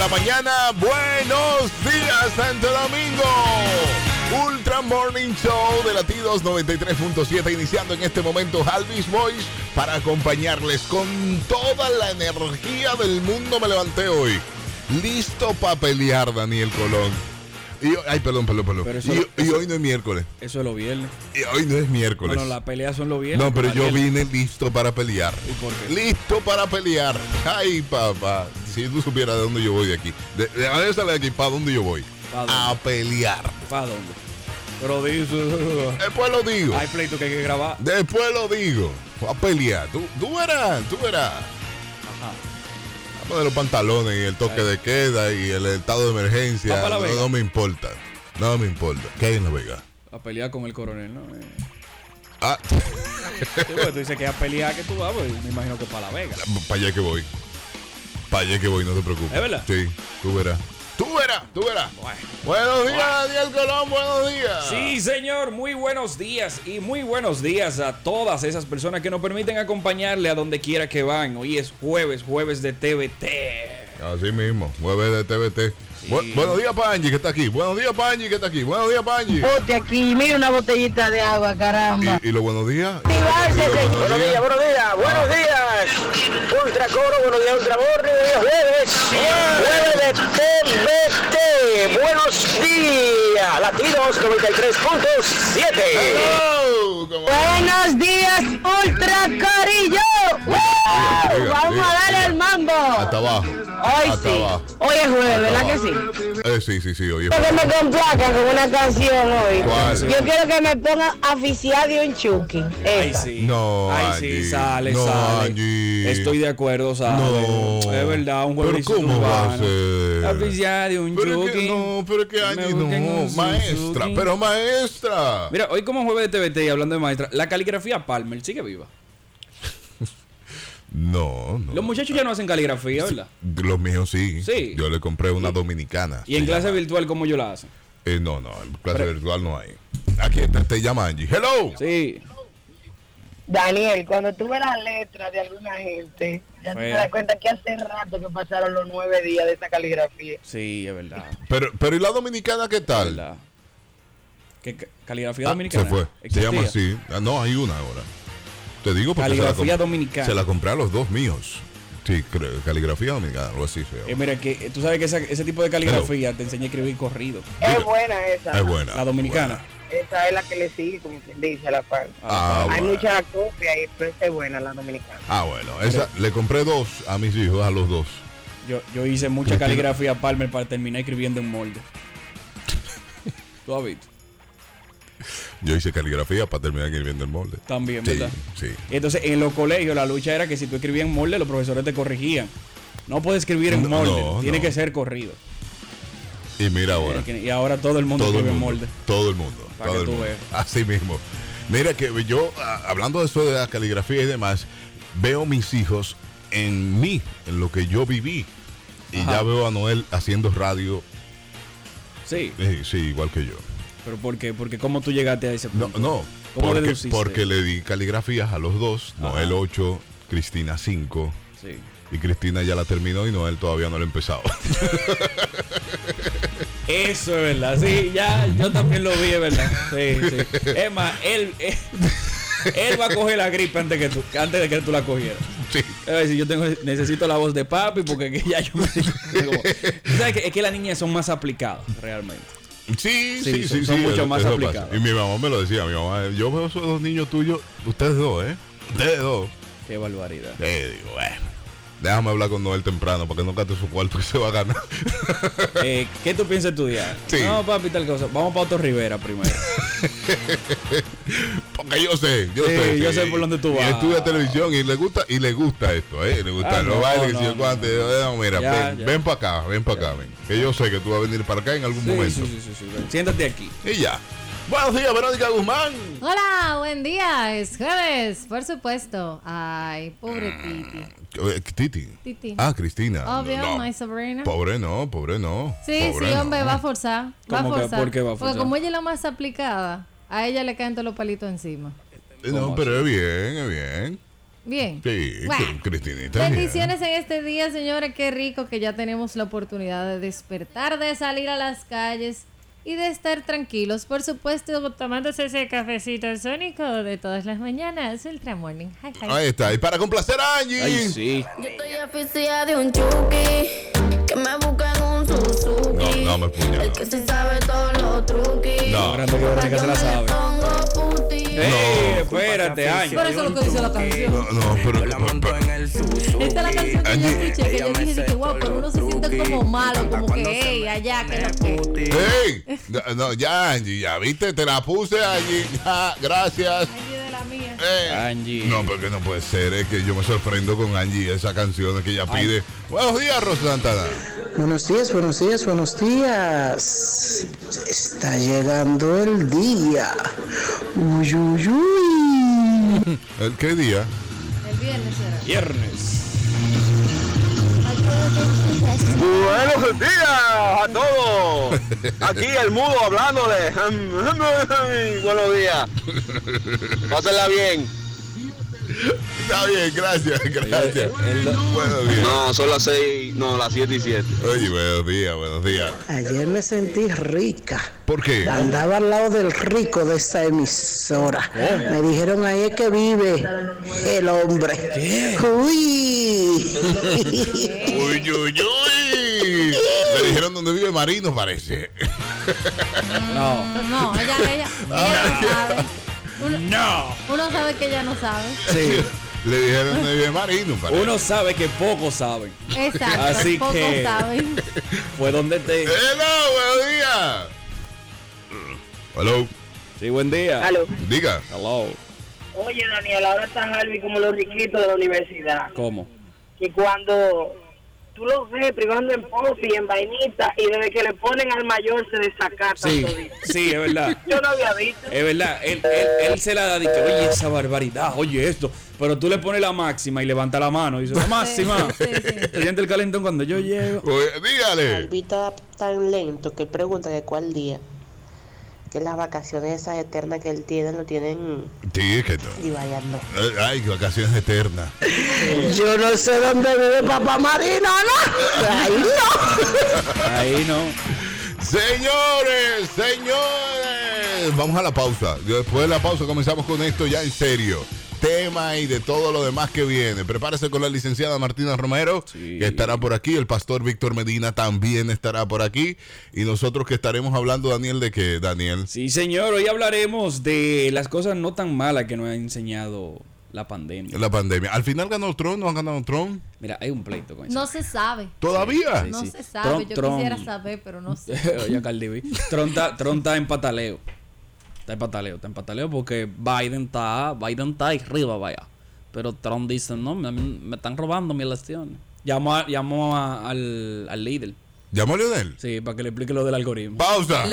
la mañana. Buenos días, Santo Domingo. Ultra Morning Show de Latidos 93.7, iniciando en este momento Alvis Boys para acompañarles con toda la energía del mundo. Me levanté hoy. Listo para pelear, Daniel Colón. Y, ay, perdón, perdón, perdón. Pero y, eso- y eso- hoy no es miércoles. Eso es lo viernes. Y hoy no es miércoles. Bueno, las peleas son lo viernes. No, pero yo Daniel. vine listo para pelear. ¿Y por qué? Listo para pelear. Ay, papá. Si tú supieras de dónde yo voy de aquí. De, de, a ver, sale de aquí, ¿para dónde yo voy? ¿Pa' dónde? A pelear. ¿Para dónde? Pero dice. Después lo digo. Hay pleito que hay que grabar. Después lo digo. A pelear. Tú, tú verás, tú verás. Ajá. Vamos de los pantalones y el toque de queda y el estado de Va emergencia. pa' La No, Vega. no me importa. No me importa. ¿Qué hay en La Vega? A pelear con el coronel, ¿no? Eh, Ah, sí, porque tú dices que a pelear que tú vas, pues me imagino que para La Vega. para allá que voy. Para allá que voy, no te preocupes. ¿Es verdad? Sí, tú verás. Tú verás, tú verás. Bueno. Buenos días, Daniel Colón, buenos días. Sí, señor, muy buenos días y muy buenos días a todas esas personas que nos permiten acompañarle a donde quiera que van. Hoy es jueves, jueves de TVT. Así mismo, jueves de TVT. Bu- buenos días, Panji, que está aquí. Buenos días, Panji, que está aquí. Buenos días, Panji. Ponte aquí, mira una botellita de agua, caramba. Y, y los buenos días. Buenos días, buenos días, buenos días. Ultra Coro, buenos días, Ultra Borne, buenos días, jueves. Jueves de TVT. Buenos días, latidos 93.7. Hello, ¿cómo- Buenos días, Ultra Corillo. diga, Vamos diga, a darle diga. el mambo. Hasta abajo. Hoy Hasta sí. abajo. Hoy es jueves, ¿verdad que abajo. sí? Eh, sí, sí, sí, oye. Quiero que me complacan con una canción hoy. ¿Cuál? Yo quiero que me pongan aficiada de un chuki. Ay, Esa. sí. No, Ay, Angie. sí, sale, No, sale. Angie. Estoy de acuerdo, sale. No. Es verdad, un Pero juego ¿cómo va a ser? La oficial de un Pero es que jogging. no, pero es que Me Angie busquen no. un Maestra, Suzuki. pero maestra. Mira, hoy como jueves de TVT y hablando de maestra, la caligrafía Palmer sigue viva. No, no. Los muchachos ya no hacen caligrafía, ¿verdad? Los míos sí. Sí. Yo le compré una dominicana. Y en se clase llama. virtual, ¿cómo yo la hacen? Eh, no, no, en clase virtual no hay. Aquí te, te llama Angie. Hello. Sí. Daniel, cuando tú ves las letras de alguna gente, ya tú te Fea. das cuenta que hace rato que pasaron los nueve días de esa caligrafía. Sí, es verdad. Pero, pero ¿y la dominicana qué Es tal? verdad. ¿Qué ca- caligrafía Ah, dominicana? Se fue. ¿Existía? Se llama así. Ah, no, hay una ahora. Te digo porque se la Caligrafía comp- dominicana. Se la compré a los dos míos. Sí, creo, caligrafía dominicana, algo así se llama. Eh, mira, que eh, tú sabes que esa- ese tipo de caligrafía te enseña a escribir corrido. Diga. Es buena esa. Es buena. La dominicana. buena. Esa es la que le sigue, como quien dice, a la par. Ah, Hay bueno. muchas copias y pero esa es buena la dominicana. Ah, bueno, esa, le compré dos a mis hijos, a los dos. Yo, yo hice mucha Cristina. caligrafía Palmer para terminar escribiendo en molde. ¿Tú has visto? Yo hice caligrafía para terminar escribiendo el molde. También, Sí, ¿verdad? sí. Entonces, en los colegios la lucha era que si tú escribías en molde, los profesores te corrigían. No puedes escribir en No, molde, no, tiene no. que ser corrido. Y mira ahora. Y ahora todo el mundo todo el escribe en mundo, molde. Todo el mundo. Para todo que el tú mundo. veas. Así mismo. Mira que yo, a- hablando de eso de la caligrafía y demás, veo mis hijos en mí, en lo que yo viví. Y Ajá. ya veo a Noel haciendo radio, Sí, eh, sí, igual que yo. pero ¿por qué? Porque cómo tú llegaste a ese No, punto. no, Mm. ¿Cómo porque, deduciste? porque le di caligrafías a los dos, Ajá. Noel 8, Cristina 5, Sí. y Cristina ya la terminó y Noel todavía no lo ha empezado. Eso es verdad, sí, ya, yo también lo vi, es verdad. Sí, sí. Es más, él, él, él va a coger la gripe antes, que tú, antes de que tú la cogieras. sí. Es decir, yo tengo, necesito la voz de papi porque que ya yo me... como- Tú ¿Sabes que, es que las niñas son más aplicadas realmente. Sí, sí, Sí, sí, son- sí, son mucho eso- más eso pasa. aplicados. Y mi mamá me lo decía, mi mamá, yo veo esos dos niños tuyos, ustedes dos, ¿eh? Ustedes dos. Qué barbaridad. Eh, digo, bueno, déjame hablar con Noel temprano para que no gaste su cuarto que se va a ganar. Eh, ¿Qué tú piensas estudiar? Sí. No, papi, tal cosa. Vamos para Otto Rivera primero. Porque yo sé, yo Sí, sé. yo sí. sé por dónde tú Y vas. estudia televisión y le gusta, y le gusta esto, ¿eh? Le gusta Ah, los no, bailes, que no, si yo no, cuánto. no. Eh, Mira, Ya, ven, ya. ven para acá, ven para acá, ven. Que yo sé que tú vas a venir para acá en algún Sí, momento. sí, sí, sí, sí. Ven, Siéntate aquí. Y ya. Buenos días, Verónica Guzmán. Hola, buen día, es jueves, por supuesto. Ay, pobre Titi. Eh, Titi. Titi. Ah, Cristina. Obvio, No, no. Oh, my sobrina. Pobre no, pobre no. Sí, pobre sí, no. hombre, va a forzar. Va a ¿Cómo que forzar. por qué va a forzar? Porque como ella es la más Eh, aplicada, a ella le caen todos los palitos encima. No, pero es bien, es bien. Bien. Sí, Bueno. Cristinita. bien. Bendiciones en este día, señores. Qué rico que ya tenemos la oportunidad de despertar, de salir a las calles y de estar tranquilos. Por supuesto, tomándose ese cafecito sónico de todas las mañanas. Ultra Morning. Hi, hi. Ahí está. Y para complacer a Angie. Ay, sí. Yo estoy asfixiada de un chuki que me busca en un Suzuki. No, no me puñala. El que se sabe todos los truquis. No. Ahora no, que Yo se la sabe. me pongo puti. Ey, Eh, espérate, Angie. Por eso lo que dice la canción. No, no, pero. La monto en el Suzuki. Esta es la canción que yo Angie, escuché, que yo dije, dije, wow, pero uno se siente como malo, como que, hey, allá, que lo que. ¡Ey! No, No, ya, Angie, ya, viste, te la puse, Angie. Ya, gracias. Angie de la mía. Ey. Angie. No, porque no puede ser, es que yo me sorprendo con Angie, esa canción que ella pide. Buenos días, Rosa Santana. Buenos días, buenos días, buenos días. Está llegando el día. Uy, uy, uy. ¿El Eh, qué día? El viernes será. Viernes. Buenos días a todos. Aquí el mudo hablando de. Buenos días. Pásenla bien. Está bien, gracias, Eh, gracias. el- Buenos días. No, son las 6, no, las 7 y 7. Oye, buenos días, buenos días. Ayer me sentí rica. ¿Por qué? Andaba al lado del rico de esta emisora. Me dijeron ahí es que vive el hombre. Uy. Uy, uy, uy. Me dijeron dónde vive Marino, parece. No. No, ella, ella, ella no sabe. Uno, No. uno sabe que ella no sabe. Sí. Le dijeron dónde vive Marino, parece. Uno sabe que pocos saben. Exacto, Así pocos que- saben. Fue donde te. Eh. Hello, buenos días. Hello, Sí, buen día. Aló. diga. Hello. Oye, Daniel, ahora estás Harvey como los riquitos de la universidad. ¿Cómo? Que cuando tú los ves privando en posi y en vainita, y desde que le ponen al mayor se desacata. Sí, todito. sí, es verdad. Yo no había visto. Es verdad, él, él, él se la da dice, oye, esa barbaridad, oye esto. Pero tú le pones la máxima y levanta la mano y dice, la máxima. sí, sí. Te siente el calentón cuando yo llego. Oye, dígale. Albita tan lento que él pregunta de cuál día. Que las vacaciones esas eternas que él tiene lo tienen Sí, es que no. divagando. Ay, vacaciones eternas. Yo no sé dónde vive papá Marino, ¿no? Ay, no. Ahí no. Señores, señores, vamos a la pausa. Después de la pausa comenzamos con esto ya en serio. Tema y de todo lo demás que viene. Prepárese con la licenciada Martina Romero, Sí. que estará por aquí. El pastor Víctor Medina también estará por aquí. Y nosotros que estaremos hablando, Daniel, de qué, Daniel. Sí, señor, hoy hablaremos de las cosas no tan malas que nos ha enseñado la pandemia. La pandemia. Al final ganó Trump, no ha ganado Trump. Mira, hay un pleito con eso. No se sabe. Todavía. Sí, No sí. se sabe. Trump, Yo Trump. quisiera saber, pero no sé. Oye, Cardi B. Trump está, Trump está en pataleo. Está en pataleo, está en pataleo porque Biden está, Biden está ahí arriba, vaya. Pero Trump dice, no, me, me están robando mis elecciones. Llamó, a- llamó a- al, al líder, ¿Llamó a Leonel? sí, para que le explique lo del algoritmo. Pausa.